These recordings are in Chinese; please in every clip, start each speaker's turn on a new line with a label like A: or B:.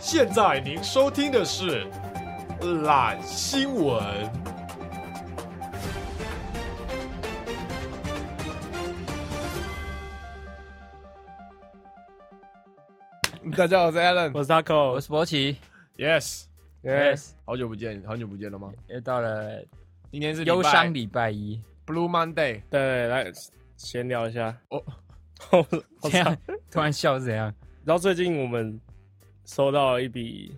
A: 现在您收听的是懒新闻。
B: 大家好，我是 Alan。
C: 我是 Taco，
D: 我是博奇
A: Yes，
D: ，Yes，
A: 好久不见，好久不见了吗？
D: 又到了
A: 今天是礼拜
D: 忧伤礼拜一，
A: Blue Monday，
C: 对，来闲聊一下。
A: 哦
C: 哦，
D: 这样突然笑是怎样？
C: 然后最近我们收到了一笔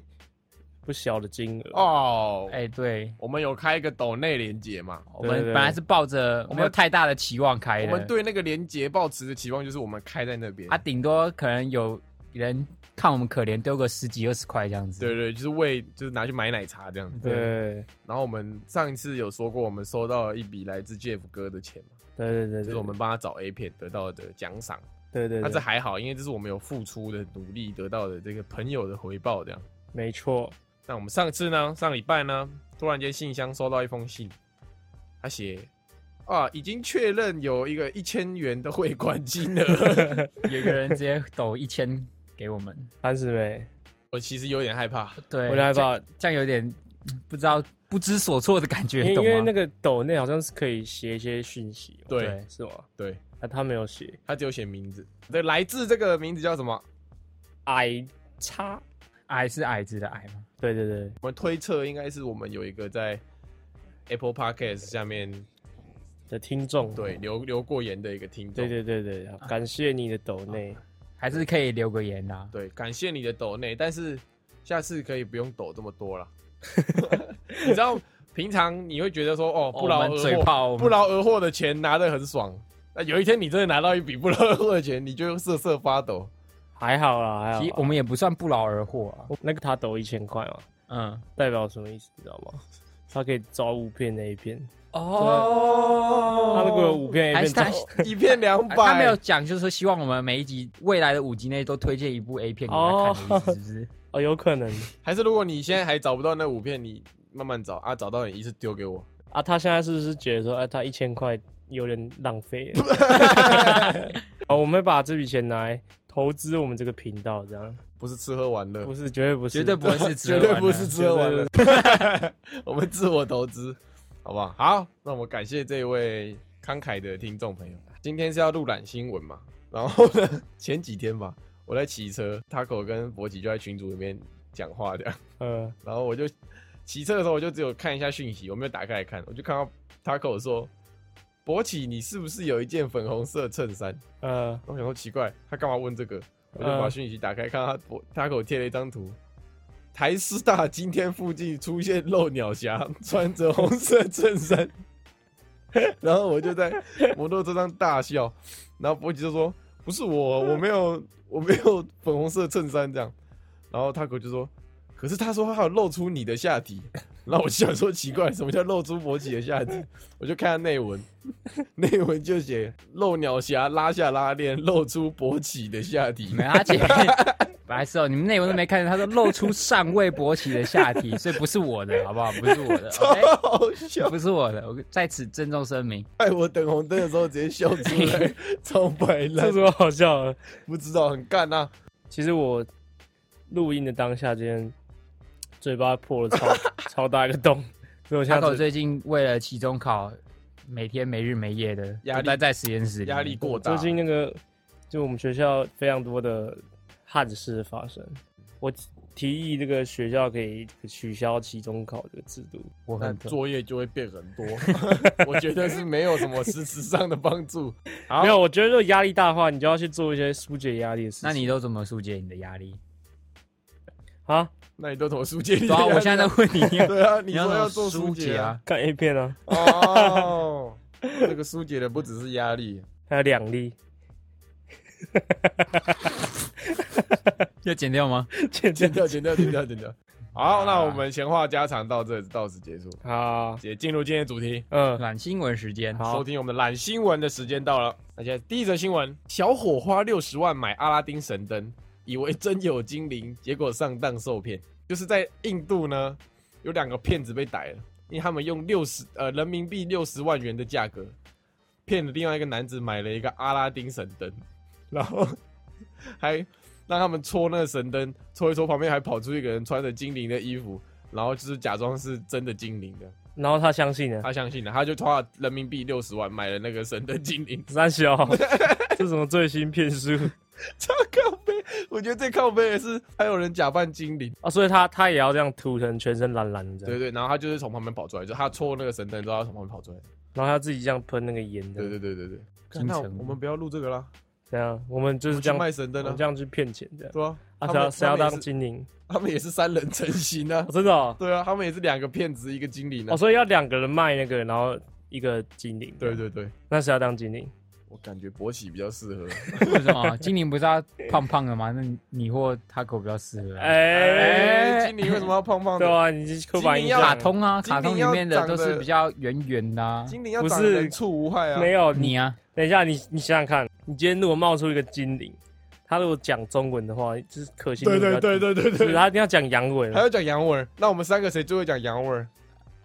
C: 不小的金额哦，
A: 哦，
D: 哎，对，
A: 我们有开一个抖内连结嘛？
D: 我们
C: 对对
D: 本来是抱着
A: 我们
D: 没有太大的期望开
A: 我
D: 的，
A: 们对那个连结抱持的期望就是我们开在那边
D: 啊，，顶多可能有人看我们可怜，丢个十几二十块这样子。
A: 对对，就是为就是拿去买奶茶这样子。
C: 对
A: 然后我们上一次有说过，我们收到了一笔来自 Jeff 哥的钱嘛，
C: 对对对，
A: 就是我们帮他找 A 片得到的奖赏。
C: 对对
A: 那这
C: 对，
A: 还好，因为这是我们有付出的努力得到的这个朋友的回报这样。
C: 没错，
A: 那我们上次呢，上礼拜呢，突然间信箱收到一封信，他写啊，已经确认有一个一千元的汇款金 额，
D: 有一个人直接抖一千给我们，
C: 三十枚，
A: 我其实有点害怕。
D: 对，
C: 我来
D: 这样，
C: 吧，
D: 这样有点嗯不知道不知所措的感
C: 因
D: 觉，
C: 为
D: 懂
C: 因为那
D: 吗？
C: 个抖内好像是可以写一些讯息嘛，
A: 对
D: 对
C: 是吗？
A: 对
C: 啊，他没有写
A: 他只有写名字，对，来自这个名字叫什么？
C: ，I 叉，
D: 矮是矮子的矮嘛，
C: 对对对，
A: 我们推测应该是我们有一个在 Apple Podcast 下面
C: 的听众，
A: 对留留过言的一个听众，
C: 对对对对，感谢你的抖内，
D: 还是可以留个言啦。
A: 对，感谢你的抖内，但是下次可以不用抖这么多 了。你知道，平常你会觉得说，哦，不劳
D: 我
A: 而
D: 们嘴
A: 获，
D: 炮，我们
A: 不劳而获的钱拿得很爽。那有一天你真的拿到一笔不劳而获的钱，你就瑟瑟发 抖。
C: 还好啦，还好
D: 其
C: 啦
D: 实。我们也不算不劳而获啊。
C: 那个他抖一千块嘛，
D: 嗯，
C: 代表什么意思，你知道吗？他可以招五片那一片，
D: 哦
C: 他如果有五片 A
D: 还
C: 片
D: 是他
C: 照，
A: 一片两
D: 啊
A: 百，
D: 他没有讲，就是说希望我们每一集未来的五集内都推荐一部 A 片给他看的意思，是不是？
C: 哦，有可能
A: 还是如果你现在还找不到那五片，你慢慢找啊，找到你一次丢给我。
C: 啊。他现在是不是觉得说，哎、他一千块有点浪 费了？哦，我们会把这笔钱拿来投资我们这个频道，这样
A: 不是吃喝玩乐
C: 不，是绝对不是，
D: 绝对不会是吃
A: 绝
D: 喝
A: 对
D: 玩
A: 不
D: 乐
A: 是吃喝玩乐。 我们自我投资，好不好？好，那我们感谢这位慷慨的听众朋友。今天是要录懒新闻嘛？然后呢，前几天吧，我在骑车，Taco 跟博奇就在群组里面讲话这样，
C: 呃，
A: 然后我就骑车的时候，我就只有看一下讯息，我没有打开来看，我就看到 Taco 说：“博奇，你是不是有一件粉红色衬衫？”
C: 呃
A: 我想说奇怪，他干嘛问这个？我就
C: 嗯
A: 把讯息打开，看到他我他给我贴了一张图，台师大今天附近出现漏鸟侠，穿着红色衬衫， 然后我就在摩托车上大笑，然后波吉就说不是我，我没有我没有粉红色衬衫这样，然后他狗就说，可是他说他有露出你的下体， 然后我就想说奇怪，什么叫露出博吉的下体？我就看他内文， 内文就写露鸟侠拉下拉链，露出勃起的下体。
D: 没有，他姐白痴哦，你们内文都没看见，他说露出尚未勃起的下体，所以不是我的，好不好？不是我的
A: 超
D: ，OK，
A: 好笑！
D: 不是我的，我在此郑重声明。
A: 哎，我等红灯的时候直接笑出来， 超白
C: 这
A: 烂，
C: 什么好笑的？
A: 不知道很干啊！
C: 其实我录音的当下，今天嘴巴破了 超超大一个洞，所以我现在
D: 他口
C: 嘴
D: 最近为了期中考，每天没日没夜的
A: 压力
D: 都待在实验室里面，
A: 压力过大。
C: 最近那个，就我们学校非常多的憾事发生。我提议这个学校可以取消期中考这个制度。
D: 我
A: 但
D: 很
A: 作业就会变很多， 我觉得是没有什么实质上的帮助。好
C: 没有，我觉得如果压力大的话，你就要去做一些疏解压力的事情。
D: 那你都怎么疏解你的压力？
C: 啊，
A: 那你都怎么疏解你
D: 对
A: 的压
D: 啊，
A: 力？
D: 我现在在问你，
A: 对啊，你
D: 你
A: 说
D: 要
A: 要
D: 怎
A: 做
D: 么疏
A: 解
D: 解啊？？
C: 看 A 片啊，
A: 哦， 这个疏解的不只是压力，
C: 还有两例，
D: 要剪掉吗？
C: 见
A: 剪
C: 证
A: 掉，剪掉，剪掉，剪掉。 好，那我们闲话家常到这，到此结束。
C: 好，
A: 也进入今天的主题，
C: 嗯，
D: 软新闻时间，
C: 好
A: 收听我们的懒新闻的时间到了。那现在第一则新闻：小伙花六十万买阿拉丁神灯，以为真有精灵，结果上当受骗。就是在印度呢，有两个骗子被逮了，因为他们用六十呃人民币六十万元的价格，骗了另外一个男子买了一个阿拉丁神灯，然后 还让他们戳那个神灯，戳一戳，旁边还跑出一个人穿着精灵的衣服，然后就是假装是真的精灵的。
C: 然后他相信 了，
A: 他相信了，他就花了人民币六十万买了那个神灯精灵，
C: 三小， 这什么最新骗术
A: 超靠背。我觉得最靠背的是还有人假扮精灵，
C: 啊？所以他他也要这样涂成全身蓝蓝的，
A: 对对，然后他就是从旁边跑出来，就他戳那个神灯之后，他从旁边跑出来。
C: 然后他自己这样喷那个盐
A: 对
C: 的，
A: 对对对对，
D: 京
A: 那
D: 城
A: 我们不要录这个啦，
C: 这样我们就
A: 我
C: 是
A: 们
C: 这
A: 去
C: 样，
A: 卖神
C: 我
A: 灯
C: 们
A: 啊
C: 这，样去骗钱这样。
A: 对啊，
C: 啊，
A: 他
C: 谁要
A: 们
C: 谁要
A: 他们
C: 当
A: 也是
C: 精灵？
A: 他们也是三人成型啊
C: 哦，，真的哦，
A: 对啊，他们也是两个骗子一个精灵啊
C: 哦，，所以要两个人卖那个，然后一个精灵。
A: 对，对对，
C: 那谁要当精灵？
A: 我感觉博喜比较适合。
D: 为什么？精灵不是要胖胖的吗？那你你或他狗比较适合 啊。
C: 哎，
A: 精灵为什么要胖胖
C: 对
A: 的？
C: 啊，你是刻板印
A: 精灵要
D: 卡
C: 象。
D: 通啊，卡通里面的
A: 精灵要
D: 都
A: 长
D: 是
A: 得
D: 比较圆圆的、啊。
A: 精灵要
C: 不
A: 长
C: 是
A: 人畜无害啊，
C: 没有你，
D: 你啊，
C: 等一下，你你想想看，你今天如果冒出一个精灵，他如果讲中文的话，就是可信度
A: 对
C: 比较
A: 对
C: 低。
A: 对对对
C: 是啊
A: 对，
C: 他一定要讲洋文
A: 还。要讲洋文儿，那我们三个谁最会讲洋文儿？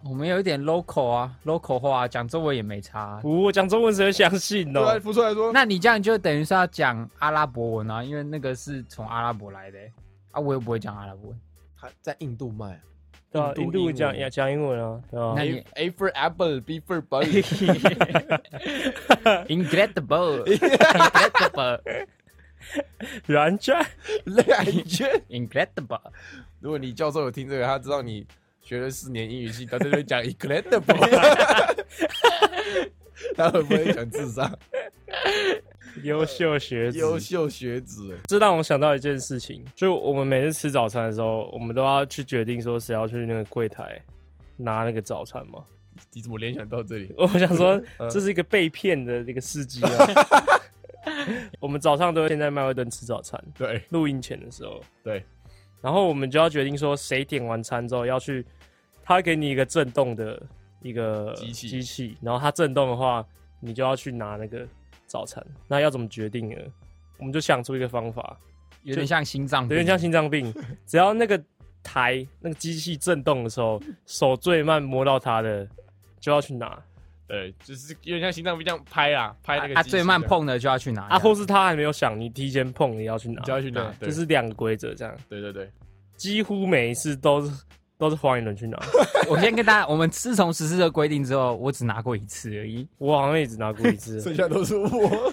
D: 我们有一点 local 啊，local 话、啊，讲中文也没差啊、
C: 不，讲中文谁会相信
A: 对啊，
C: 哦？
A: 浮出来说，
D: 那你这样就等于是要讲阿拉伯文啊，因为那个是从阿拉伯来的欸、啊，我又不会讲阿拉伯文。
A: 他在印度卖。
C: 对啊，
A: 印
C: 印
A: 度英
C: 度
A: 文
C: 讲也讲英文啊，对吧
D: 那？你
A: A A for apple, B for bunny。
D: Incredible，Incredible，Incredible。
C: 然这
A: 感觉，如果你教授有听这个，他知道你学了四年英语系，他在这边讲 incredible，他会不会讲智商？
C: 优秀学子，
A: 优秀学子，欸
C: 这让我想到一件事情，就我们每次吃早餐的时候，我们都要去决定说谁要去那个柜台拿那个早餐嘛。
A: 你怎么联想到这里？
C: 我想说
A: 嗯，
C: 这是一个被骗的那个事迹啊。 我们早上都会先在麦味顿吃早餐，
A: 对
C: 录音前的时候，
A: 对，
C: 然后我们就要决定说谁点完餐之后要去，他给你一个震动的一个
A: 机器
C: 机器，然后它震动的话，你就要去拿那个早餐。那要怎么决定呢？我们就想出一个方法，
D: 有点像心脏
C: 有
D: 病，
C: 点像心脏 病，只要那个台那个机器震动的时候，手最慢摸到它的就要去拿
A: 哎对，就是有点像心脏病这样拍啊，拍那个
D: 啊，
A: 机器
D: 最慢
A: 这样，
D: 碰的就要去拿
C: 啊，或是它还没有响，你提前碰你要去拿
A: 你就，要去拿，对
C: 这是两个规则这样，
A: 对对对，
C: 几乎每一次都是都是黄一伦去 拿，
D: 我先跟大家，我们自从实施这个规定之后，我只拿过一次而已。
C: 我好像也只拿过一 次
A: 剩下都是我。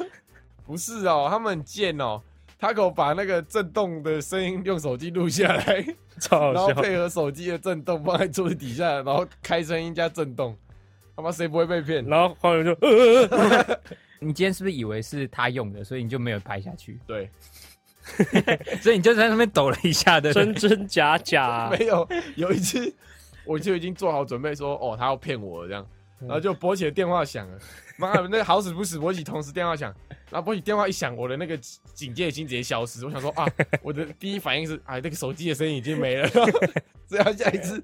A: 不是哦，他们很贱哦。他给我把那个震动的声音用手机录下来，
C: 超
A: 然后
C: 好笑。
A: 配合手机的震动放在桌子底下，然后开声音加震动，他妈谁不会被骗？
C: 然后黄一伦就 呃呃，呃
D: 你今天是不是以为是他用的，所以你就没有拍下去，
A: 对，
D: 所以你就在那边抖了一下的？
C: 真真假假，
A: 没有。有一次我就已经做好准备说，哦，他要骗我这样，
C: 嗯
A: 然后就博起的电话响了，妈的，那好死不死，博起同时电话响，然后博起电话一响，我的那个警戒心直接消失。我想说 啊，我的第一反应是，哎，那个手机的声音已经没了。 然后所以他下一次。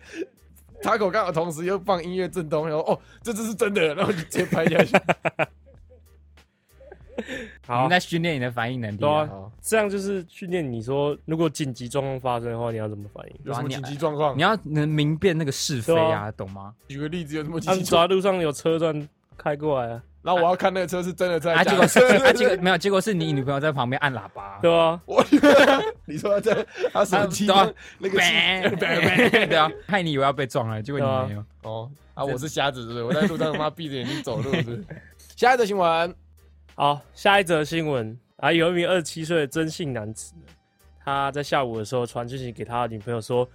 A: 他口刚好同时又放音乐震动，然后哦，这次是真的，然后就直接拍下去。
D: 我
C: 好
D: 们，在训练你的反应能力
C: 对
D: 啊、
C: 啊，
A: 好
C: 这样就是训练你说，如果紧急状况发生的话，你要怎么反应？
A: 有什么紧急状况
D: 你？要能明辨那个是非
C: 对
D: 啊，
C: 啊
D: 懂吗？
A: 举个例子，有什么紧
C: 他
A: 急
C: 们啊走
A: 状
C: 在路上有车段开过来啊，
A: 然后我要看那个车是真的在
D: 啊，
A: 假
D: 结果
A: 的
D: 是，啊，结果没有，结果是你女朋友在旁边按喇叭。
C: 对啊，
A: 我你说他 在他手机
D: 啊对啊
A: 那个
D: 对 对啊，害你以为要被撞了，结果你没有。
A: 哦啊，我是瞎子是不是？我在路上他妈闭着眼睛走路是不是？ 下一则新闻，
C: 好，下一则新闻啊，有一名二十七岁的真姓男子呢，他在下午的时候传讯息给他的女朋友说，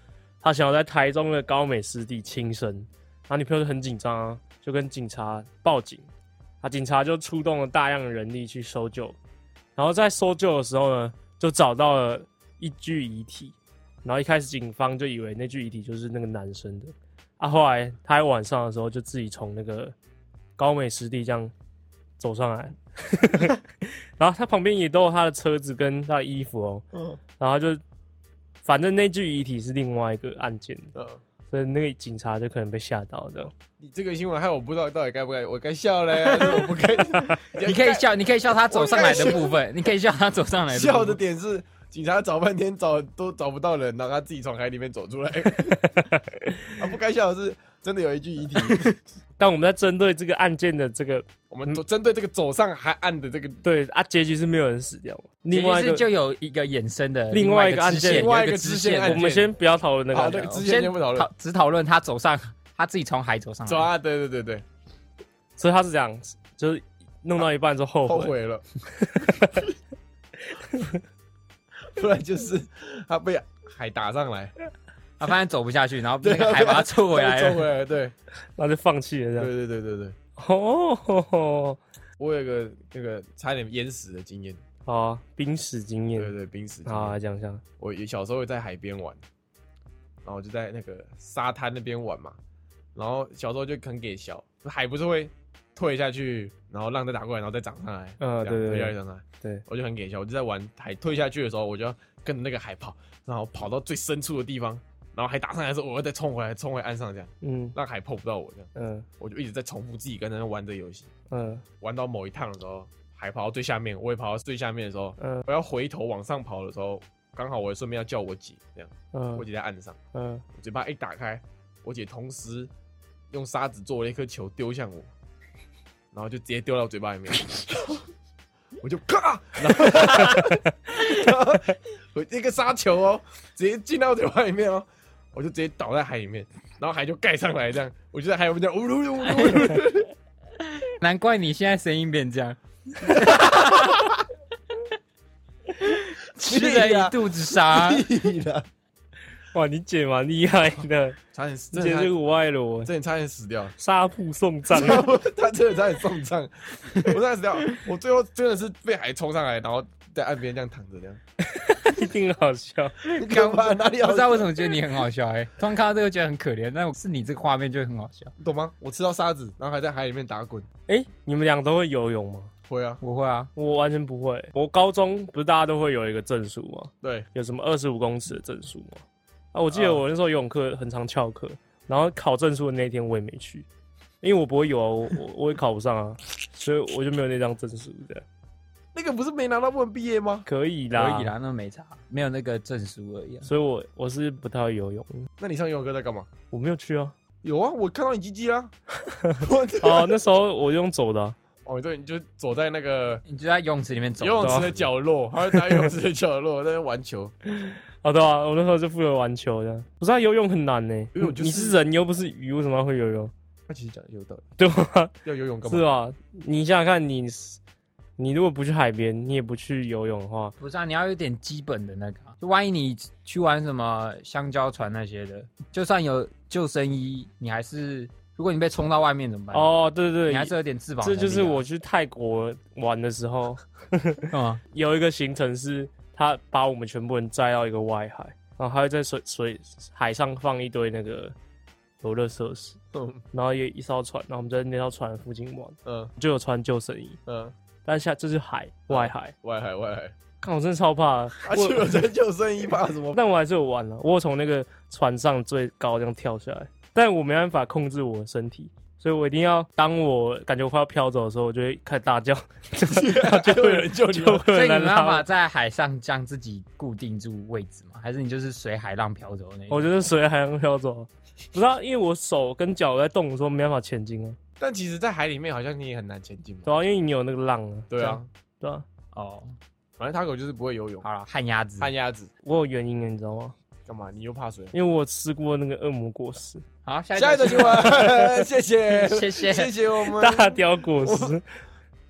C: 他想要在台中的高美湿地轻生，他女朋友就很紧张啊，就跟警察报警，啊，警察就出动了大量的人力去搜救，然后在搜救的时候呢，就找到了一具遗体，然后一开始警方就以为那具遗体就是那个男生的，啊，后来他在晚上的时候就自己从那个高美湿地这样走上来，然后他旁边也都有他的车子跟他的衣服哦，
A: 嗯
C: 然后就反正那具遗体是另外一个案件的，
A: 嗯，
C: 所以那个警察就可能被吓到的。
A: 你这个新闻害我不知道到底该不该，我该笑嘞，还是我不 该？
D: 你可以笑，你可以笑他走上来的部分，你可以笑他走上来部分
A: 笑的点是。警察找半天找都找不到人，然后啊 他自己从海里面走出来。他不该笑的是，真的有一具遗体，
C: 但我们在针对这个案件的这个
A: 我们都针对这个走上海岸的这个
C: 对啊，结局是没有人死掉。另外一
D: 其实
C: 个，
D: 就有一个衍生的
C: 另外
D: 外
C: 一个案件
A: 另外一
D: 一
A: 个支
D: 支
A: 线
D: 线
A: 案
C: 我
A: 件
C: 们先不要讨论那个
A: 好
C: 案件
A: 那个
C: 了，
A: 支线先不讨论，
D: 只讨论他走上他自己从海走上
A: 走
D: 来。
A: 啊，对对对对，
C: 所以他是这样，就是弄到一半之后
A: 后
C: 悔，
A: 悔 了，不然就是他被海打上 来，
D: 他啊发现走不下去，然后
A: 对
D: 那个海把他抽
C: 啊
D: 回来
A: 抽
D: 了。
A: 回来了，对
C: 那就放弃了这
A: 对
C: 样。
A: 对对对对，
C: 哦吼吼，
A: 我有一个那个差点淹死的经验，
C: 好啊，濒死经
A: 对
C: 验
A: 对对，濒死经
C: 好啊，
A: 验。
C: 来讲一下。
A: 我小时候在海边玩，然后我就在那个沙滩那边玩嘛，然后小时候就很给小，海不是会退下去，然后浪再打过来，然后再涨上来，这样
C: 嗯对对
A: 退下去
C: 对
A: 涨上来，
C: 对，
A: 我就很给小，我就在玩海退下去的时候，我就要跟着那个海跑，然后跑到最深处的地方，然后海打上来的时候，我要再冲回来，冲回岸上这样，
C: 嗯
A: 让海碰不到我这样，
C: 嗯
A: 我就一直在重复自己跟他玩这游戏，
C: 嗯
A: 玩到某一趟的时候，海跑到最下面，我也跑到最下面的时候，
C: 嗯
A: 我要回头往上跑的时候，刚好我顺便要叫我姐，这样，我
C: 嗯
A: 姐在岸上，
C: 嗯，
A: 我嘴巴一打开，我姐同时用沙子做了一颗球丢向我，然后就直接丢到我嘴巴里面，我就咔，然后然后我一个沙球哦，直接进到我嘴巴里面哦。我就直接倒在海里面，然后海就盖上来，这样我就在海里面这样，呜噜噜噜噜噜
D: 难怪你现在声音变这样，吃了一肚子沙。
A: 啊屁啦
C: 哇，你姐蛮厉害的，
A: 差点死，
C: 你
A: 真
C: 姐
A: 的差
C: 是我爱了我
A: 真，的差点死掉。
C: 杀父送 葬。
A: 他真的差点送葬，我差点死掉。我最后真的是被海冲上来，然后在岸边这样躺着，这样
C: 一定好笑。
A: 你干嘛？哪里
D: 不
A: 好
D: 知道为什么觉得你很好笑哎、突然看到这个觉得很可怜，但是你这个画面就很好笑。
A: 你懂吗？我吃到沙子，然后还在海里面打滚。
C: 哎、你们俩都会游泳吗？
A: 会啊，
D: 不会啊，
C: 我完全不会。我高中不是大家都会有一个证书吗？
A: 对，
C: 有什么二十五公尺的证书吗？啊，我记得我那时候游泳课很常翘课，然后考证书的那一天我也没去，因为我不会游啊，我我我也考不上啊， 所以我就没有那张证书这样
A: 那个不是没拿到不能毕业吗？
C: 可以
A: 啊
C: 啦，
D: 可以啦，那没差，没有那个证书而已、啊。
C: 所以我我是不太会游泳，
A: 那你上游泳课在干嘛？
C: 我没有去啊。
A: 有啊，我看到你鸡鸡啦。我
C: 哦，那时候我用走的啊、
A: 哦，对，你就走在那个
D: 你就在泳池里面走
A: 游，泳池的角落，还有打游泳池的角落， 在那边玩球。
C: 哦，对啊，我那时候就负责玩球的。不是、啊、游泳很难呢、
A: 游泳就是
C: 你是人又不是鱼，为什么要会游泳？
A: 他其实讲的有道理，
C: 对吧、
A: 要游泳干嘛？
C: 是啊，你想想看你，你如果不去海边，你也不去游泳的话，
D: 不是啊，你要有点基本的那个啊、就万一你去玩什么香蕉船那些的，就算有救生衣，你还是如果你被冲到外面怎么
A: 哎
D: 办？，
C: 哦，对对
D: 你还
C: 对
D: 是，有点自保、啊
C: 这就是
A: 啊
C: 我，去泰国玩的时候，
D: 嗯，
C: 有一个行程是他把我们全部人载到一个外海，然后他会在水水海上放一堆那个游乐设施，
A: 嗯
C: 然后有一艘船，然后我们在那艘船附近玩，
A: 嗯
C: 就有穿救生衣，
A: 嗯，
C: 但下这是海
A: 哦
C: 外海，
A: 外海啊外海，
C: 看我真的超怕的，
A: 而且我在救生衣怕什 么？
C: 但我还是有玩了、啊我有从那个船上最高这样跳下来，但我没办法控制我的身体，所以我一定要当我感觉我快要飘走的时候，我就会开始大叫，
A: 就有人救你
C: 就
A: 吗？
C: 会
D: 所
C: 有
D: 以你
C: 人
D: 没办
C: 拉
D: 法
C: 我。
D: 在海上将自己固定住位置吗？还是你就是随海浪飘走那种？
C: 我就是随海洋飘走，啊不知道、因为我手跟脚在动的时候没办法前进啊，
A: 但其实，在海里面好像你也很难前进嘛。
C: 对啊，因为你有那个浪啊，
A: 对
C: 这
A: 啊
C: 样，，对啊，
D: 哦，
A: 反正他狗就是不会游泳，
D: 好了，旱鸭子
A: 旱鸭子
C: 我有原因的，你知道吗？
A: 干嘛？你又怕水？
C: 因为我吃过那个恶魔果实，
D: 好，下
A: 下一
D: 个
A: 则新闻， 谢谢，
D: 谢谢
A: 谢谢我们
C: 大雕果实，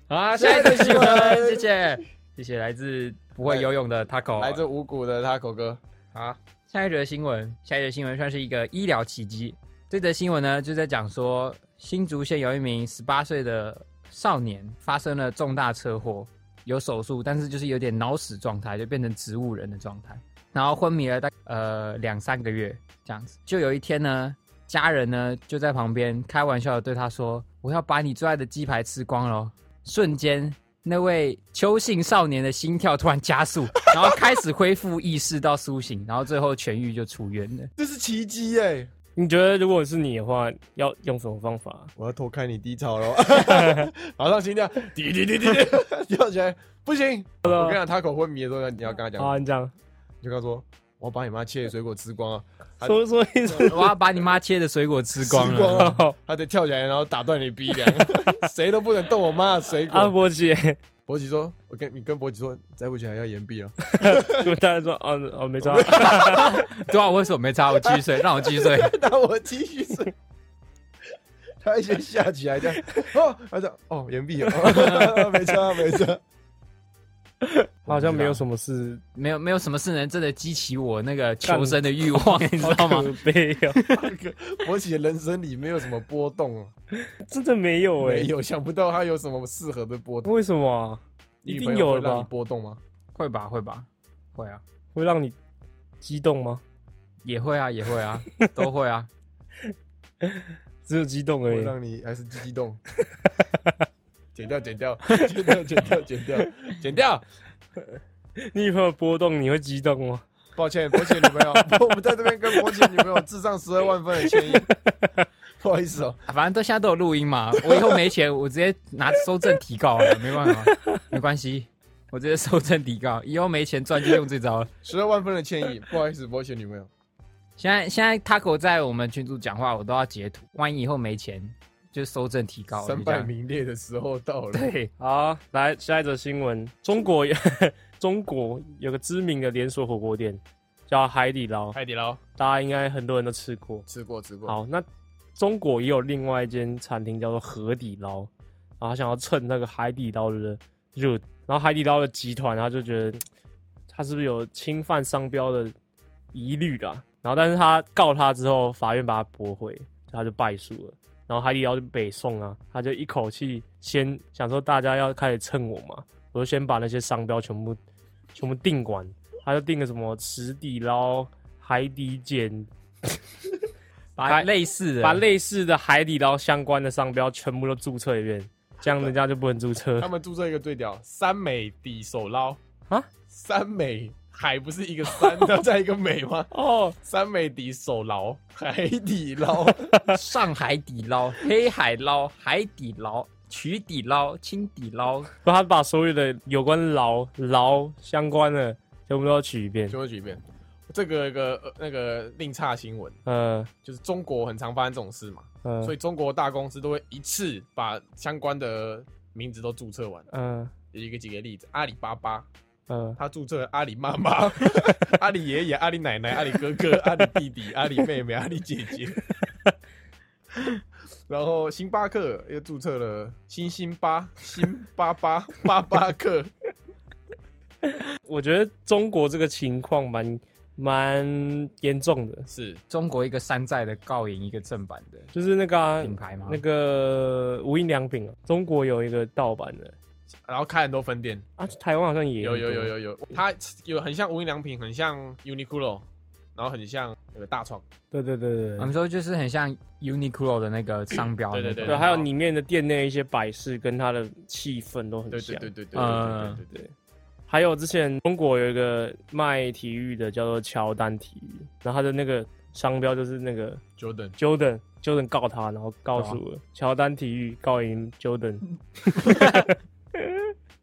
D: 好啊，下一个新闻，谢谢，谢谢来自不会游泳的 Taco。
A: 来自五谷的他狗哥，
D: 好，下一则新闻，下一则新闻算是一个医疗奇迹。这则新闻呢，就在讲说新竹县有一名十八岁的少年发生了重大车祸，有手术，但是就是有点脑死状态，就变成植物人的状态，然后昏迷了大呃两三个月这样子。就有一天呢，家人呢就在旁边开玩笑的对他说：“我要把你最爱的鸡排吃光喽！”瞬间，那位邱姓少年的心跳突然加速，然后开始恢复意识到苏醒，然后最后痊愈就出院了。
A: 这是奇迹耶！
C: 你觉得如果是你的话，要用什么方法啊？
A: 我要偷看你低潮了，马上心跳滴滴滴滴滴跳起来，不行！我跟你讲，他狗昏迷的时候，你要跟他
C: 好啊，
A: 讲，
C: 你这样，
A: 你就跟他说。我要把你妈切的水果吃光啊！他
C: 说说一次，
D: 我要把你妈切的水果吃光
A: 吃
D: 了。
A: 光啊他得跳起来，然后打断你鼻梁，谁都不能动我妈的水
C: 阿
A: 果。
C: 伯姐，
A: 博奇说：“我跟你跟博奇说，再不起来要言毕 啊。
C: 就大家说，哦哦，没错，
D: 对啊，我为什么没插？我继续睡，让我继 续睡。”
A: 那我继续 睡。他先下起来这样，哦，他说：“哦，言毕 啊， 没差没差。”
C: 好像没有什么事，
D: 没有没有什么事能真的激起我那个求生的欲望，你知道吗？
C: 可悲 哦，
A: 博奇的人生里没有什么波动啊，
C: 真的没有哎
A: 没，有想不到他有什么适合的波动。
C: 为什么啊？一
A: 你
C: 定
A: 女朋友
C: 有
A: 会
C: 啊了
A: 让你
C: 吧？
A: 波动吗？
D: 会吧，会吧，会啊，
C: 会让你激动吗？
D: 也会啊，也会啊，都会啊。
C: 只有激动而
A: 会
C: 已。
A: 让你还是激 动。剪掉，剪掉，剪掉，剪掉，剪掉，剪掉。
C: 你女朋友波动，你会激动吗？
A: 抱歉，博姐女朋 友，我们在这边跟博姐女朋友智障十二万分的歉 意，不好意思哦、
D: 反正都现在都有录音嘛，我以后没钱，我直接拿收证提告了，没办法，没关系，我直接收证提告，以后没钱赚就用这招了。
A: 十二万分的歉意，不好意思，博姐女朋 友。
D: 现在现在 Taco 在我们群组讲话，我都要截图，万一以后没钱就收证提告，
A: 三
D: 就这
A: 败
D: 样。
A: 名裂的时候到了，
D: 对，
C: 好，来下一则新闻。中国 中国有个知名的连锁火锅店叫海底捞，
A: 海底捞
C: 大家应该很多人都吃过。
A: 吃过吃过，
C: 好，那中国也有另外一间餐厅叫做河底捞，然后他想要蹭那个海底捞的热，然后海底捞的集团他就觉得嘖他是不是有侵犯商标的疑虑啦？然后但是他告他之后，法院把他驳回，他就败诉了。然后海底捞就北宋啊，他就一口气先想说大家要开始蹭我嘛，我就先把那些商标全部全部定完，他就定个什么池底捞、海底简
D: 把类似的，
C: 把 类似的海底捞相关的商标全部都注册一遍，这样人家就不能注册
A: 他们注册一个最屌，三美底手捞
C: 啊，
A: 三美海不是一个三， 然后再一个美吗？
C: 哦。
A: 三美底手捞，海底捞，
D: 上海底捞、黑海捞、海底捞、渠底捞、青底捞，
C: 不，他把所有的有关捞捞相关的全部都取一遍
A: 全。部举一遍。这个一个呃那个另差新闻，
C: 呃
A: 就是中国很常发生这种事嘛，
C: 呃
A: 所以中国大公司都会一次把相关的名字都注册完。
C: 呃
A: 有一个几个例子，阿里巴巴，
C: 呃，
A: 他注册了阿里妈妈、 阿里爷爷、阿里奶奶、阿里哥 哥、阿里弟弟、阿里妹妹、阿里姐姐。 然后星巴克又注册了星星巴、星巴巴、 巴巴克，
C: 我觉得中国这个情况蛮蛮严重的，
A: 是
D: 中国一个山寨的告赢一个正版的
C: 就是那个啊、
D: 品牌吗？
C: 那个无印良品啊，中国有一个盗版的
A: 然后开很多分店，
C: 啊，台湾好像也
A: 有有有
C: 有
A: 有有，它有很像无印良品，很像 Uniqlo，然后很像那个大创，
C: 对对对对
D: 我
C: 对
D: 们。说就是很像 Uniqlo 的那个商标那种，
A: 对对
C: 嗯对，还有里面的店内一些摆饰跟它的气氛都很
A: 对对
C: 像嗯
A: 对。对对对对对对，
C: 还有之前中国有一个卖体育的叫做乔丹体育，然后他的那个商标就是那个
A: Jordan，
C: Jordan Jordan 告他，然后告输了，乔丹体育告赢 Jordan，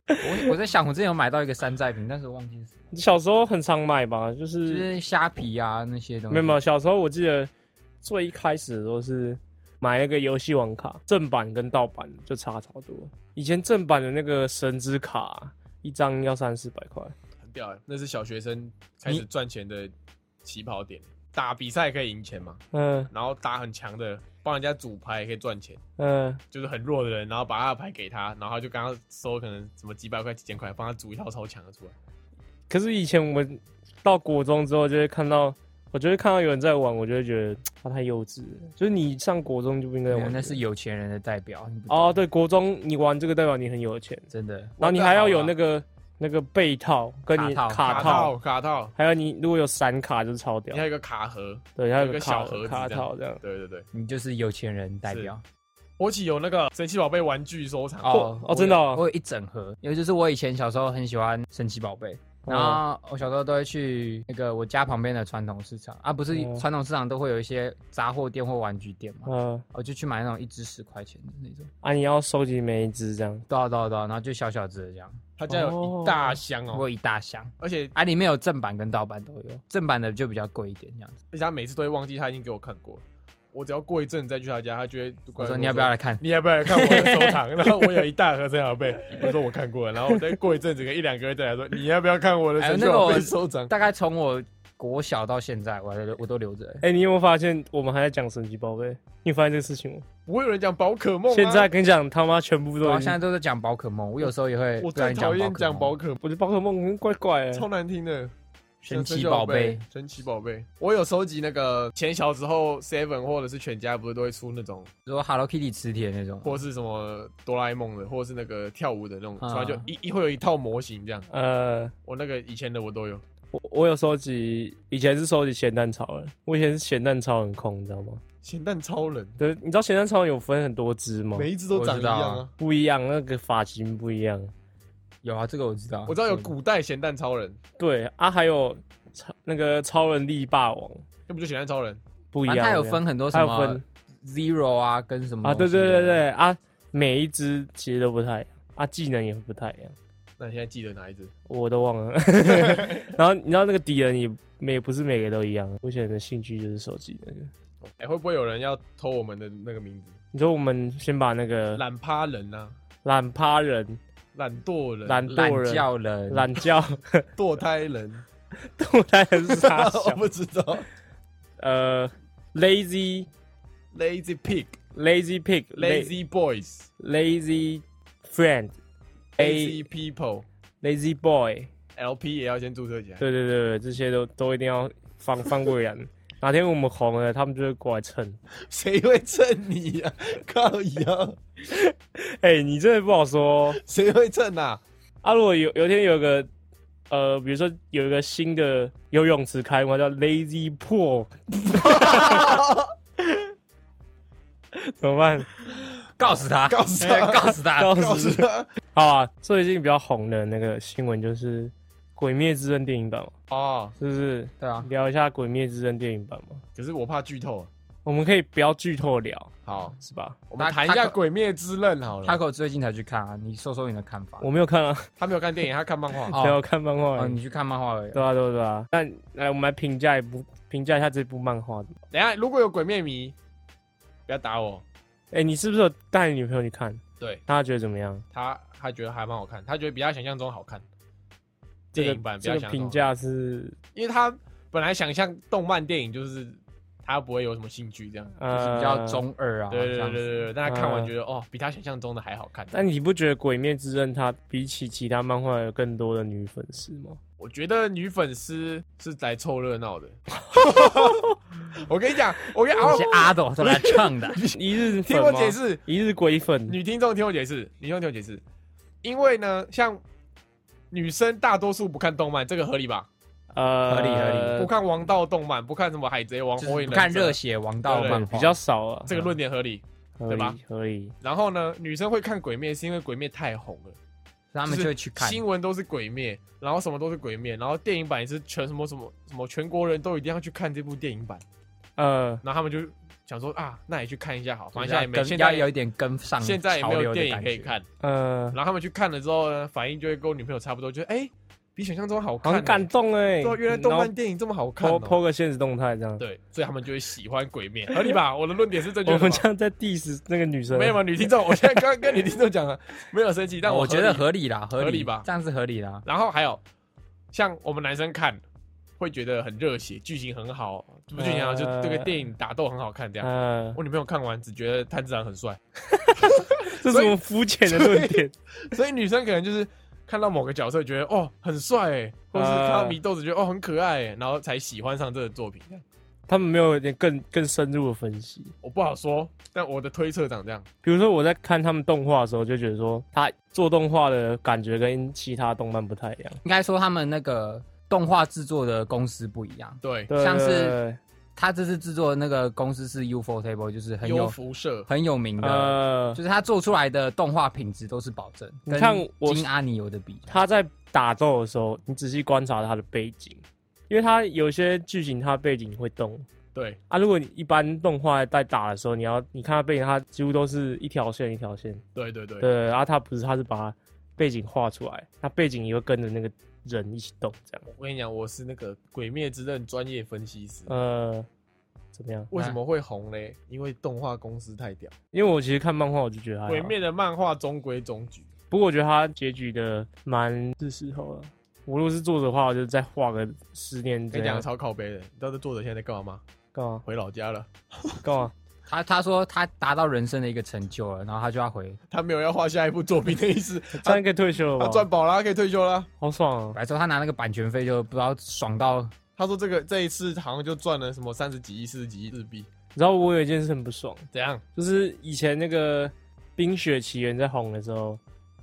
D: 我我在想，我之前有买到一个山寨品，但是我忘记是什么，
C: 小时候很常买吧，就
D: 就是是虾皮啊那些东西。
C: 嗯没有没有，小时候我记得最一开始的时候是买那个游戏王卡，正版跟盗版就差超多。以前正版的那个神之卡一张要三四百块，
A: 很屌欸，那是小学生开始赚钱的起跑点，打比赛可以赢钱嘛，
C: 嗯
A: 然后打很强的，帮人家组牌也可以赚钱，
C: 嗯，
A: 就是很弱的人，然后把他的牌给他，然后他就刚刚收可能什么几百块、几千块，帮他组一套超强的出来。
C: 可是以前我们到国中之后，就会看到，我就会看到有人在玩，我就会觉得他太幼稚了。就是你上国中就不应该
D: 没有，
C: 玩，
D: 那是有钱人的代表。你不
C: 哦，对，国中你玩这个代表你很有钱，
D: 真的
C: 然后你还要有那个那个被套跟你
D: 卡套
A: 卡
C: 套，
A: 套，卡套，
C: 还有你如果有闪卡就是超
A: 你
C: 屌
A: 还，有一个卡盒，
C: 对，还有
A: 有一个
C: 个卡
A: 小盒子
C: 卡
A: 这样
C: 套这样。
A: 对对对。
D: 你就是有钱人代表。
A: 我起有那个神奇宝贝玩具收藏，
C: 哦
D: 我
C: 真的哦
D: 有我有一整盒，因为就是我以前小时候很喜欢神奇宝贝，然后我小时候都会去那个我家旁边的传统市场啊，不是
C: 哦
D: 传统市场都会有一些杂货店或玩具店嘛，
C: 嗯，
D: 我就去买那种一只十块钱的那种，
C: 啊，你要收集每一只这样，
D: 对啊对啊对啊，然后就小小只的这样，
A: 他家有一大箱哦，
D: 我有一大箱，
A: 而且
D: 啊，里面有正版跟盗版都有，正版的就比较贵一点这样子。
A: 而且他每次都会忘记他已经给我看过了。我只要过一阵再去他家，他就会过
D: 我
A: 来
D: 说
A: 跟
D: 你要不要来看？
A: 你要不要来看我的收藏？ 然后我有一大盒陈小贝，我说我看过了，然后我再过一阵子，个一两个月再来说你要不要看我的
D: 哎
A: 陈
D: 那个
A: 小
D: 我
A: 贝收藏？
D: 大概从我国小到现在，我还留我都留着、欸
C: 哎、你有没有发现我们还在讲神奇宝贝？你有发现这个事情吗？
A: 不会有人讲宝可梦吗？
C: 现在跟你讲，他妈全部
D: 对
C: 都
D: 啊，
C: 已
D: 现在
C: 经，
D: 都在讲宝可梦，我有时候也会
A: 我
D: 不小
A: 最
D: 心
A: 讨厌讲宝
D: 宝可
A: 可
D: 梦
A: 梦，
C: 我觉得宝可梦怪怪的、
A: 超难听的。
D: 啊神奇宝贝，，
A: 神奇宝贝，我有收集那个前小时候 Seven 或者是全家不是都会出那种，
D: 如果 Hello Kitty 磁铁那种，
A: 或是什么哆啦 A 梦的，或是那个跳舞的那种，
D: 嗯
A: 然后就一一会有一套模型这样。
C: 呃，
A: 我那个以前的我都有，
C: 我我有收集，以前是收集咸蛋超人，我以前是咸蛋超人控，你知道吗？
A: 咸蛋超人，
C: 对，你知道咸蛋超人有分很多只吗？
A: 每一只都长一
D: 我
A: 样
D: 知道
A: 啊
D: 啊。
C: 不一样，那个发型不一样。
D: 有啊，这个我知道，
A: 我知道有古代咸蛋超人，
C: 对啊，还有超那个超人力霸王
A: 那不就咸蛋超人？
C: 不一
D: 反
C: 样，
D: 正它有分很多
C: 它
D: 什
C: 有
D: 么
C: 分
D: Zero 啊，跟什么
C: 啊，对对
D: 东西
C: 对
D: 的
C: 对啊，每一只其实都不太一样啊，技能也不太一样，
A: 那你现在记得哪一只？
C: 我都忘了。然后你知道那个敌人也每不是每个都一样，我选的兴趣就是手机那个。
A: 哎、会不会有人要偷我们的那个名字？
C: 你说我们先把那个
A: 懒趴人啊，
C: 懒趴人、
A: 懒惰人、
C: 懒惰
D: 懒
C: 人、
D: 叫人，
C: 懒觉、
A: 堕胎人，
C: 堕胎人是啥
A: 我
C: 小？
A: 不知道。
C: 呃，lazy
A: Lazy pig,
C: lazy pig
A: lazy boys,
C: lazy friend
A: lazy people,
C: lazy boy。
A: LP 也要先注册起来。
C: 对对对，对这些都都一定要放放过 人。哪天我们红了，他们就会过来蹭。
A: 谁会蹭你呀、靠腰，
C: 哎、你真的不好说哦
A: 谁会蹭啊？
C: 啊！如果有有一天有一个呃，比如说有一个新的游泳池开幕，叫 Lazy Pool，怎么办？
D: 告诉 他，
A: 告诉他
D: 哎 告诉他，
C: 告
A: 告诉
C: 诉
A: 他
C: 好啊！最近比较红的那个新闻就是《鬼灭之刃》电影版嘛，
A: 哦。
C: 是不是？
D: 对啊，
C: 聊一下《鬼灭之刃》电影版嘛？
A: 可是我怕剧透。啊
C: 我们可以不要剧透聊，
A: 好，
C: 是吧？
A: 我们谈一下《鬼灭之刃》好了。
D: 他
A: 他
D: 口最近才去看啊，你说说你的看法。
C: 我没有看啊，
A: 他没有看电影，他看漫画。
D: 哦
C: 没有看漫画而已、
D: 哦，你去看漫画而已。
C: 对啊，对啊，对啊。那来，我们来评价一部，评价一下这部漫画。
A: 等一下如果有鬼灭迷，不要打我。
C: 哎、你是不是有带你女朋友去看？
A: 对
C: 大家觉得怎么样？
A: 他，他觉得还蛮好看，他觉得比他想象中好看。
C: 这
A: 电影
C: 个
A: 版比较
C: 这个
A: 想
C: 评，价是
A: 因为他本来想象动漫电影就是他不会有什么兴趣这样。
D: 就是
C: 呃
D: 比较。中二啊，
A: 啊对对
D: 这
A: 对
D: 样
A: 对
D: 子。
A: 对对，但他看完
C: 嗯
A: 觉得、哦，比他想象中的还好看。
C: 但你不觉得《鬼灭之刃》它比起其他漫画有更多的女粉丝 吗？
A: 我觉得女粉丝是来凑热闹 的。我跟你讲，我跟你
D: 那
A: 讲啊
D: 些，阿斗 都来唱的，
C: 一日
A: 听
C: 粉
A: 我
C: 吗
A: 解，释，
C: 一日鬼粉。
A: 女听众听我解释，女听众听我解释，因为呢，像女生大多数不看动漫，这个合理吧？
C: 呃，
D: 合理合
A: 不看王道动漫，不看什么海贼王、
D: 就
A: 火
D: 是
A: 影
D: 不看
A: 忍者
D: 热，血王道
A: 对
D: 漫画
C: 比较少啊，嗯
A: 这个论点合理。
C: 合
A: 对
C: 理
A: 吧
C: 合理。
A: 然后呢，女生会看鬼灭是因为鬼灭太红了，
D: 他们就会去看。
A: 新闻都是鬼灭，然后什么都是鬼灭，然后电影版也是全什么什么什么，全国人都一定要去看这部电影版，
C: 呃，
A: 然后他们就想说啊，那也去看一下好，
D: 就
A: 反正
D: 是
A: 现在
D: 要
A: 也没，现
D: 跟
A: 在
D: 要
A: 也
D: 有一点跟上
A: 现在也没
D: 潮
A: 有
D: 流的
A: 电影
D: 感
A: 可以
D: 觉，
A: 看，
C: 呃，
A: 然后他们去看了之后呢，反应就会跟我女朋友差不多，就哎、诶比想象中好看、哦
C: 很感，动哎、
A: 对啊，原来动漫电影这么好看、
C: 抛
A: 哦，
C: 抛个现实动态这样。
A: 对，所以他们就会喜欢鬼灭，合理吧？我的论点是正确
C: 我
A: 的吧
C: 们这样在 diss 那个女生，
A: 没有吗？女听众，我现在刚刚跟女听众讲了，没有生 气，但
D: 我觉得
A: 合理。
D: 合理啦，合
A: 合理吧
D: 这样是合理啦。
A: 然后还有像我们男生看会觉得很热血，剧情很好，不是剧情很好，就
C: 呃
A: 这个电影打斗很好看这样。哦
C: 呃，
A: 我女朋友看完只觉得炭治郎很帅，
C: 这是我肤浅的论点。
A: 所以女生可能就是哦看到某个角色觉得哦很帅欸，或者是
D: 呃
A: 看到米豆子觉得哦很可爱欸，然后才喜欢上这个作品。
C: 他们没有一点更更深入的分析。
A: 我不好说，但我的推测长这样。
C: 比如说我在看他们动画的时候，就觉得说他做动画的感觉跟其他动漫不太一样，
D: 应该说他们那个动画制作的公司不一样，
A: 对，
C: 对
D: 像是
C: 对对
D: 他这次制作的那个公司是 UFO Table，就是很
A: 优
D: 有
A: 辐射
D: 很有名的，
C: 呃，
D: 就是他做出来的动画品质都是保证。
C: 你看
D: 跟
C: 我
D: 金阿尼有的比，
C: 他在打斗的时候，你仔细观察他的背景，因为他有些剧情他背景会动
A: 对，
C: 啊。如果你一般动画在打的时候，你要你看他背景，他几乎都是一条线一条线。
A: 对对对，
C: 对，啊，他不是，他是把背景画出来，那背景也会跟着那个人一起动，这样。
A: 我跟你讲，我是那个《鬼灭之刃》专业分析师。
C: 呃，怎么样？
A: 为什么会红嘞？因为动画公司太屌，
C: 因为我其实看漫画，我就觉得还
A: 《
C: 好
A: 鬼灭》的漫画中规中矩。
C: 不过我觉得他结局的蛮是时候了。我如果是作者的话，我就再画个十年
A: 跟
C: 这
A: 你讲
C: 样。
A: 超靠背的，你知道这作者现在在干嘛吗？
C: 干嘛？
A: 回老家了，
C: 干嘛？
D: 他他说他达到人生的一个成就了，然后他就要回。
A: 他没有要画下一部作品的意 思，
C: 这样可以退休了
A: 他
C: 吧？
A: 啊赚饱了，他可以退休了。
C: 好爽啊！
D: 白说他拿那个版权费就不知道爽到
A: 他说这个这一次好像就赚了什么三十几亿、四十几亿日币，
C: 你知道我有一件事很不爽，
A: 怎样？
C: 就是以前那个《冰雪奇缘》在红的时候，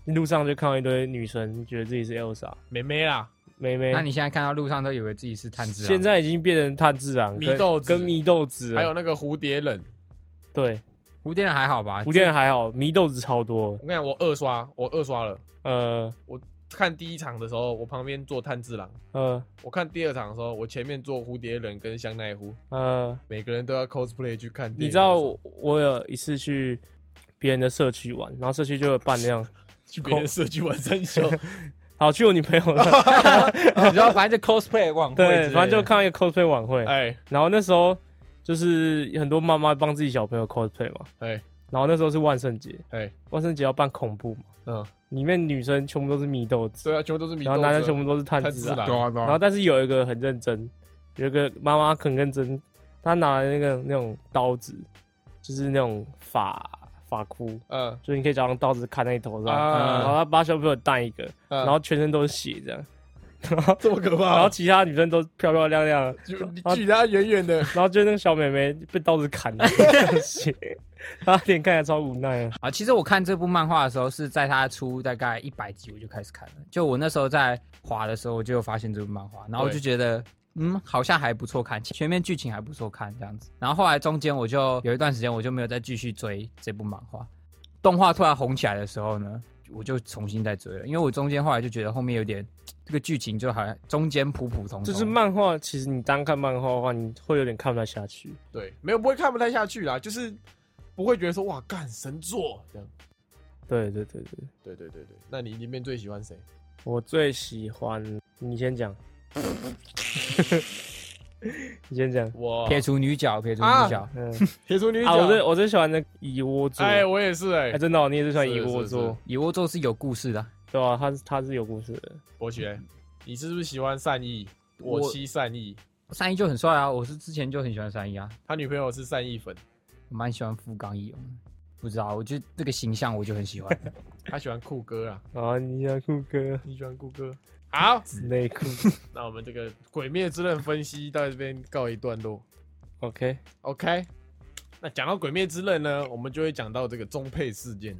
C: 路上就看到一堆女生觉得自己是 Elsa
A: 妹妹啦，
C: 妹妹
D: 那，你现在看到路上都以为自己是炭治郎，
C: 哎现在已经变成炭治郎、
A: 祢
C: 跟
A: 啊豆子
C: 跟祢豆子了，
A: 还有那个蝴蝶忍。
C: 对
D: 蝴蝶人还好
A: 啊
D: 吧？
C: 福建人还好，祢豆子超多
A: 我。跟你讲，我二刷，我二刷了。
C: 呃
A: 看第一场的时候，我旁边坐炭治郎；
C: 呃
A: 我看第二场的时候，我前面坐蝴蝶忍跟香奈乎。
C: 呃，
A: 每个人都要 cosplay 去看电影。
C: 你知道我我有一次去别人的社区玩，然后社区就有办 那样，
A: 去别人社区玩三 小，
C: 好去我女朋友
A: 哦
C: 的，
D: 你知道，反正就 cosplay 晚会之类
C: 对，
D: 的，
C: 反正就看一个 cosplay 晚会，
A: 哎
C: 然后那时候就是很多妈妈帮自己小朋友 cosplay 嘛，
A: 哎
C: 然后那时候是万圣节，
A: 哎，
C: 万圣节要扮恐怖嘛，
A: 嗯，
C: 里面女生全部都是祢豆子，
A: 对啊，全部都是迷豆
C: 然
A: 子
C: 后
A: 啊，
C: 男生全部都是炭
A: 太
C: 治
A: 自
C: 郎，
A: 然
D: 对。啊对
C: 然后
D: 啊，
C: 但是有一个很认真，有一个妈妈很认真，她拿了那个那种刀子，就是那种法法箍，
A: 嗯
C: 就是你可以找用刀子砍在你头上，
A: 啊
C: 然后她把小朋友带一个，
A: 嗯，
C: 然后全身都是血这样，然后
A: 这么可怕，
C: 然后其他女生都漂漂亮亮的，
A: 就你
C: 然后
A: 距他远远的，
C: 然后就那个小妹妹被刀子砍的血， 她脸看起来超无奈啊，
D: 啊，其实我看这部漫画的时候是在它出大概一百集我就开始看了，就我那时候在滑的时候我就有发现这部漫画，然后我就
A: 对
D: 觉得。嗯，好像还不错看，前面剧情还不错看这样子。然后后来中间我就有一段时间我就没有再继续追这部漫画，动画突然红起来的时候呢，我就重新再追了，因为我中间后来就觉得后面有点这个剧情就好像中间普普通通，
C: 就是漫画，其实你单看漫画的话，你会有点看不太下去。
A: 对，没有不会看不太下去啦，就是不会觉得说哇干神作这样。
C: 对对对对，
A: 对对对对，那你里面最喜欢谁？
C: 我最喜欢你先讲，你先讲。
A: 我
D: 撇除女角，撇除
A: 啊
D: 女角，
C: 嗯，
A: 铁柱女
C: 啊，我最
A: 角，
C: 我最喜欢那个蚁窝座。
A: 哎，
C: 哎，
A: 我也是哎，
C: 真的哦，你也是喜欢蚁窝
A: 是是
C: 座
A: 是，
D: 蚁窝座是有故事的啊，
C: 对吧？他他是有故事的。
A: 博学，你是不是喜欢善意？我
D: 我
A: 妻善意，
D: 三一就很帅啊，我是之前就很喜欢三一啊，
A: 他女朋友是善意粉，
D: 我蛮喜欢富冈义勇的，不知道，我觉得这个形象我就很喜欢。
A: 他喜欢酷哥啊，
C: 啊，你喜欢酷哥
A: 你喜欢酷哥？好，
C: 内裤
A: 那我们这个《鬼灭之刃》分析到这边告一段落。
C: ，OK，
A: OK，那讲到《鬼灭之刃》呢，我们就会讲到这个中配事 件。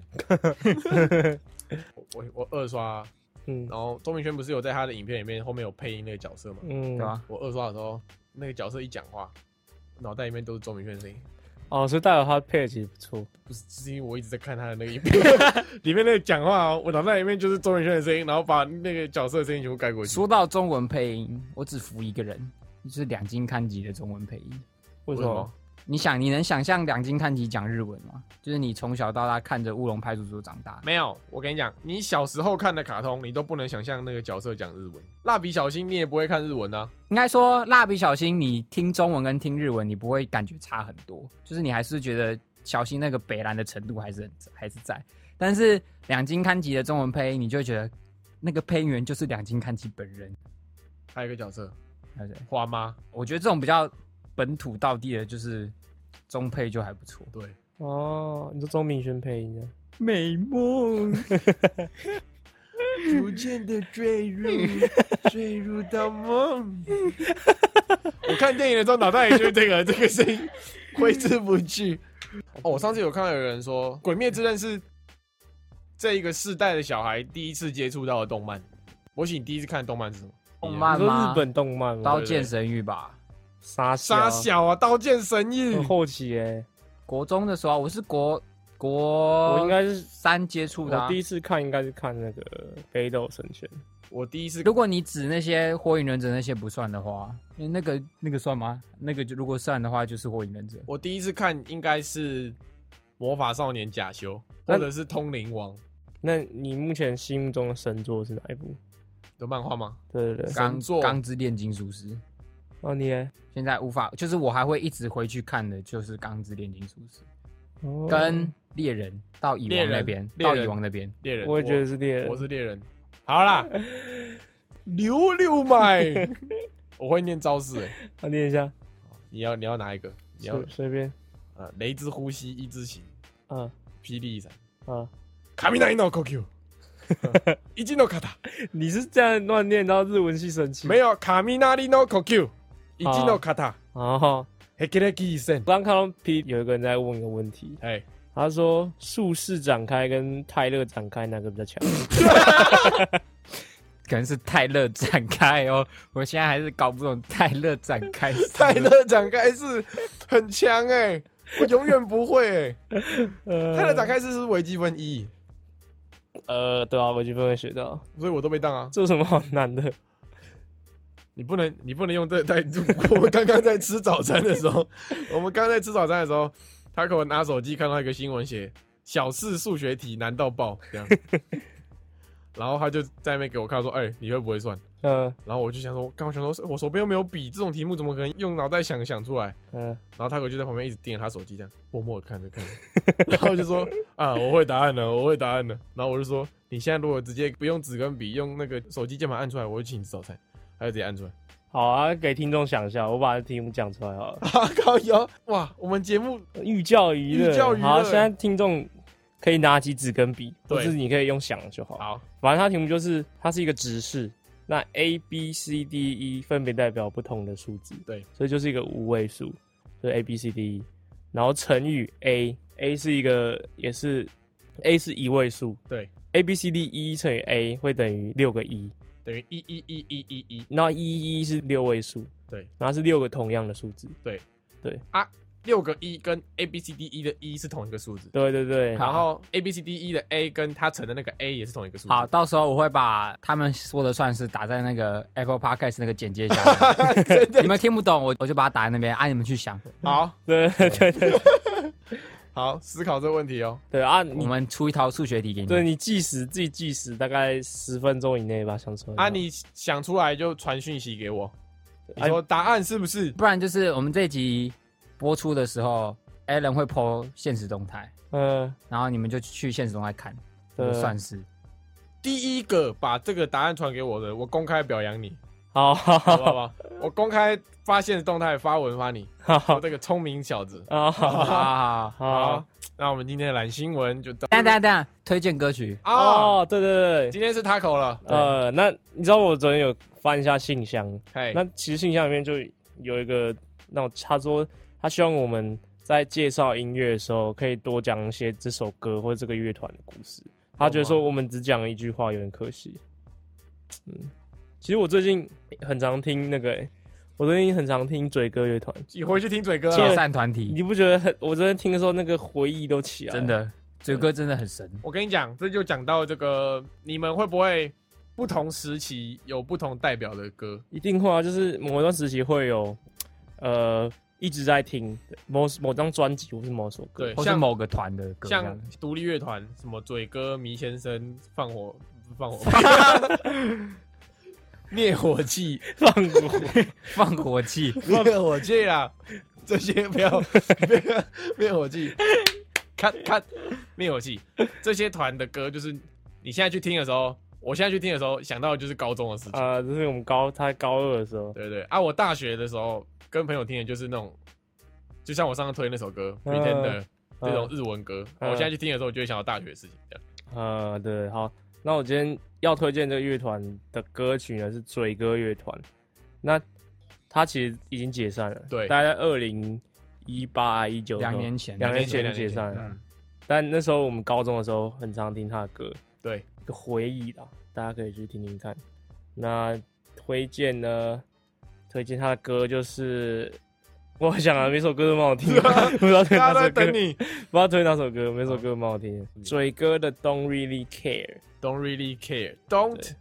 A: 我我我二刷，
C: 嗯
A: 然后钟明轩不是有在他的影片里面后面有配音那个角色吗？
C: 嗯
D: 对，啊吧？
A: 我二刷的时候，那个角色一讲话，脑袋里面都是钟明轩的声音。
C: 哦，所以戴尔他配的其实不错。
A: 不是，是因为我一直在看他的那个影片， 里面那个讲话哦，我脑袋里面就是钟明轩的声音，然后把那个角色的声音全部盖过去。
D: 说到中文配音，我只服一个人，就是两金看吉的中文配音。
C: 为什
A: 为什
C: 么
A: 么？
D: 你想，你能想象两金看吉讲日文吗？就是你从小到大看着乌龙派出所长大，
A: 没有，我跟你讲，你小时候看的卡通，你都不能想象那个角色讲日文。蜡笔小新你也不会看日文啊，
D: 应该说蜡笔小新，你听中文跟听日文，你不会感觉差很多，就是你还是觉得小新那个北兰的程度还是很还是在，但是两金看吉的中文配音，你就会觉得那个配音员就是两金看吉本人，
A: 还有一个角色
D: 对不对？
A: 花妈，
D: 我觉得这种比较本土到地的，就是中配就还不错。
A: 对，
C: 哦，你说钟明轩配音的，
D: 美梦，
A: 逐渐的坠入，坠入到梦。我看电影的时候，脑袋也就是这个这个声音挥之不 去。哦，我上次有看到有人说，《鬼灭之刃》是这一个世代的小孩第一次接触到的动漫。博喜，你第一次看的动漫是什么？
D: 动
C: 你
D: 漫
C: 说
D: 吗
C: 日本动漫吗？
D: 刀剑神域吧。
C: 沙
A: 沙
C: 小，
A: 小啊，《刀剑神域
C: 很》后期哎，
D: 国中的时候，我是国国，
C: 我应该是
D: 哦三接触的啊、
C: 我第一次看应该是看那个《北斗神拳》，
A: 我第一次
D: 如果你指那些火影忍者那些不算的话，因为那个那个算吗？那个就如果算的话，就是火影忍者。
A: 我第一次看应该是《魔法少年假修》，
C: 那
A: 或者是《通灵王》
C: 那你目前心目中的神作是哪一部？
A: 的漫画吗？
C: 对对对，
D: 钢
A: 神作
D: 钢之炼金术师，
C: 哦你耶，
D: 现在无法，就是我还会一直回去看的，就是钢之炼金术师
C: 哦
D: 跟猎人到蚁
A: 猎
D: 王
A: 人
D: 那边，
A: 猎
D: 到
A: 人
D: 蚁王那边。
A: 猎人，
C: 我也觉得是猎人
A: 我，是猎人。好啦，溜溜 麦，我会念招式、欸，
C: 啊念一下，
A: 你要你要哪一个？你要
C: 随随便，
A: 呃，雷之呼吸，一之行，
C: 啊
A: 霹雳闪，
C: 啊，
A: 卡米奈诺 QQ，一进 诺卡塔，
C: 你是这样乱念，然后日文系神奇？
A: 没有卡米纳里诺 QQ，一进诺卡塔，
C: 哦，
A: 黑克雷基森，
C: 刚看到 P 有一个人在问一个问题，
A: 哎，
C: 他说术士展开跟泰勒展开哪个比较 强？
D: 可能是泰勒展开哦， 我现在还是搞不懂泰勒展开是
A: 泰勒展开是很强哎、 我永远不会哎、
C: 呃
A: 泰勒展开是是微积分一，
C: 呃，对啊，微积分会学到，
A: 所以我都没当啊。
C: 这有什么好难的？
A: 你不能，你不能用这个 态度。我们刚刚在吃早餐的时候， 我们刚刚在吃早餐的时候，他给我拿手机看到一个新闻写小四数学题难到爆这样，然后他就在那边给我看说，哎、你会不会算？
C: 嗯
A: 然后我就想说，我刚刚想说，我手边又没有笔，这种题目怎么可能用脑袋想想出来？
C: 嗯，
A: 然后他哥就在旁边一直盯着他手机，这样默默地看着看着，然后我就说啊，我会答案了，我会答案了。然后我就说，你现在如果直接不用纸跟笔，用那个手机键盘按出来，我就请你吃早餐。他就直接按出来，
C: 好啊，给听众想一下，我把题目讲出来好了。
A: 啊靠腰，哇，我们节目
C: 寓教于乐，
A: 寓教于乐
C: 好，现在听众可以拿起纸跟笔，
A: 对
C: 或是你可以用想的就好。
A: 好，
C: 反正它题目就是它是一个直式，那 A、B、C、D、E 分别代表不同的数字，
A: 对，
C: 所以就是一个五位数，就是 A、B、C、D、E。然 E 后乘以 A，A 是一个也是 A 是一位数
A: 对，
C: ，A、B、C、D、E 乘以 A 会等于六个一，
A: 等于一一一一一一
C: 那一一是六位数，
A: 对，
C: 然后是六个同样的数字，
A: 六个一跟 A B C D E 的一是同一个数字，
C: 对对对，
A: 然后 A B C D E 的 A 跟他乘的那个 A 也是同一个数字。
D: 好，，到时候我会把他们说的算式打在那个 Apple Podcast 那个简介下 面，你们听不懂，我我就把它打在那边，啊按、你们去想。
A: 好，
C: 对对对对
A: 好，思考这个问题哦。
C: 对啊，
D: 我
C: 你
D: 们出一套数学题给你。
C: 对，你计时自己计时，大概十分钟以内吧，想出来
A: 啊，你想出来就传讯息给我，你
C: 哎
A: 说答案是不是？
D: 不然就是我们这集播出的时候，Alan 会 PO 现实动态，
C: 嗯，
D: 然后你们就去现实动态看这个
C: 对
D: 算式。
A: 第一个把这个答案传给我的，我公开表扬你，
C: 好好
A: 好不
C: 好
A: 好？我公开发现实动态发文发你，
C: 好
A: 我这个聪明小子。
C: 啊，好
D: 好好
A: 好
D: 好，
A: 哎
C: 好，
A: 那我们今天的懒新闻就到
D: 等一下等一下等一下，推荐歌曲。
A: 啊，
C: 哦，对对对，
A: 今天是 taco 了，
C: 呃，那你知道我昨天有翻一下信箱，
D: 哎
A: 嘿，
C: 那其实信箱里面就有一个，那我他说他希望我们在介绍音乐的时候，可以多讲一些这首歌或者这个乐团的故事。他觉得
D: 啊
C: 说我们只讲一句话有点可惜。嗯，其实我最近很常听那个、欸我最近很常听嘴哥乐团，
A: 你回去听嘴哥
D: 解
A: 了。
D: 散团体
C: 你不觉得很？我昨天听的时候，那个回忆都起来了。
D: 真的，嘴哥真的很神。
A: 我跟你讲，这就讲到这个，你们会不会不同时期有不同代表的歌？
C: 一定会啊，就是某一段时期会有，呃，一直在听某某张专辑或是某首歌。
A: 对
D: 或是
A: 像
D: 某个团的歌，这
A: 像
D: 样
A: 独立乐团，什么嘴哥、迷先生、放火、放 火、灭火器、
C: 放过
D: 放火器，啊
A: 灭火器啦，这些不要 灭灭火器，看看灭火器这些团的歌，就是你现在去听的时候，我现在去听的时候想到的就是高中的事情，
C: 啊，这是我们高他高二的时候，
A: 对不对？啊，我大学的时候跟朋友听的就是那种，就像我上次推那首歌《
C: 嗯
A: Pretender》这种
C: 嗯
A: 日文歌，
C: 嗯
A: 我现在去听的时候，我就会想到大学的事情。这样
C: 呃，对，好，那我今天要推荐这个乐团的歌曲呢是嘴哥乐团，那他其实已经解散了，
A: 对
C: 大概在二零一八一九
D: 两年前
C: 两年
A: 两
C: 前
A: 年前
C: 解散了，
A: 嗯
C: 但那时候我们高中的时候很常听他的歌，
A: 对，
C: 一个回忆啦，大家可以去听听看。那推荐呢，推荐他的歌就是，我想啊，每首歌都蛮 好听的，不知道推
A: 大家
C: 哪
A: 都
C: 首
A: 在
C: 歌，
A: 等
C: 不知
A: 你。
C: 道推哪首歌，每首歌蛮好听的。
A: 嗯
C: 嘴哥的 Don't Really Care，
A: Don't really care, don't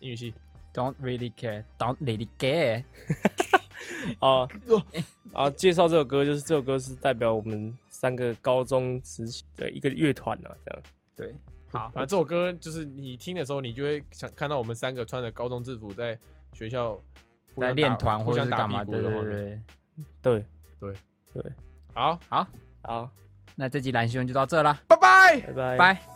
A: 英语系。
D: Don't really care, don't really care。
C: 啊啊！介绍这首歌，就是这首歌是代表我们三个高中时期的一个乐团啊，这样。
D: 对，好，
A: 反正这首歌就是你听的时候，你就会想看到我们三个穿着高中制服在学校互相
D: 在
A: 打
D: 练团
A: 互
D: 或者
A: 相
D: 是
A: 打
D: 干
A: 屁
D: 嘛？
A: 股
D: 对
A: 的
D: 对
A: 画
D: 对
A: 面。
D: 对。
C: 对
A: 对
C: 对，
A: 好，
D: 好，
C: 好，
D: 那这集蓝新闻就到这啦，
A: 拜拜。
C: 拜拜。
D: 拜。